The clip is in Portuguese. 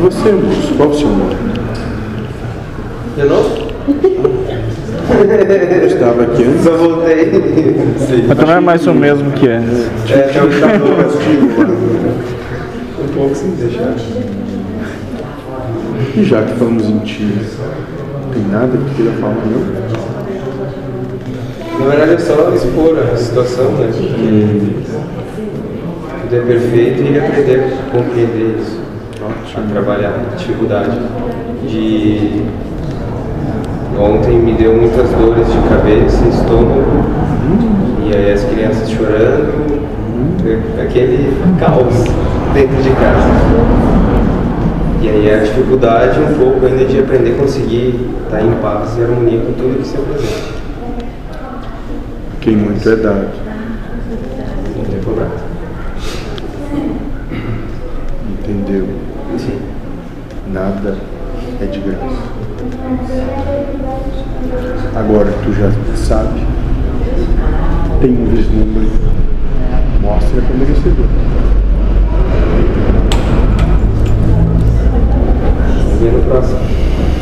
você, moço? Qual o seu nome? De novo? Eu estava aqui antes. Já voltei. Sim. Mas não é mais o mesmo que antes. É, já me tá bom. né? Um pouco sem deixar. E já que falamos em ti, tem nada que queira falar, não? Na verdade é só expor a situação, né? Uhum. Porque tudo é perfeito e aprender a compreender isso. A trabalhar a dificuldade. De ontem me deu muitas dores de cabeça, estômago, e aí as crianças chorando, aquele caos dentro de casa. E aí a dificuldade um pouco ainda de aprender a conseguir estar em paz e harmonia com tudo que se apresenta. Quem muito é dado. Não tem problema. Entendeu? Sim. Nada é de graça. Agora tu já sabe, tem um vislumbre, mostra como merecedor. Se vê no próximo.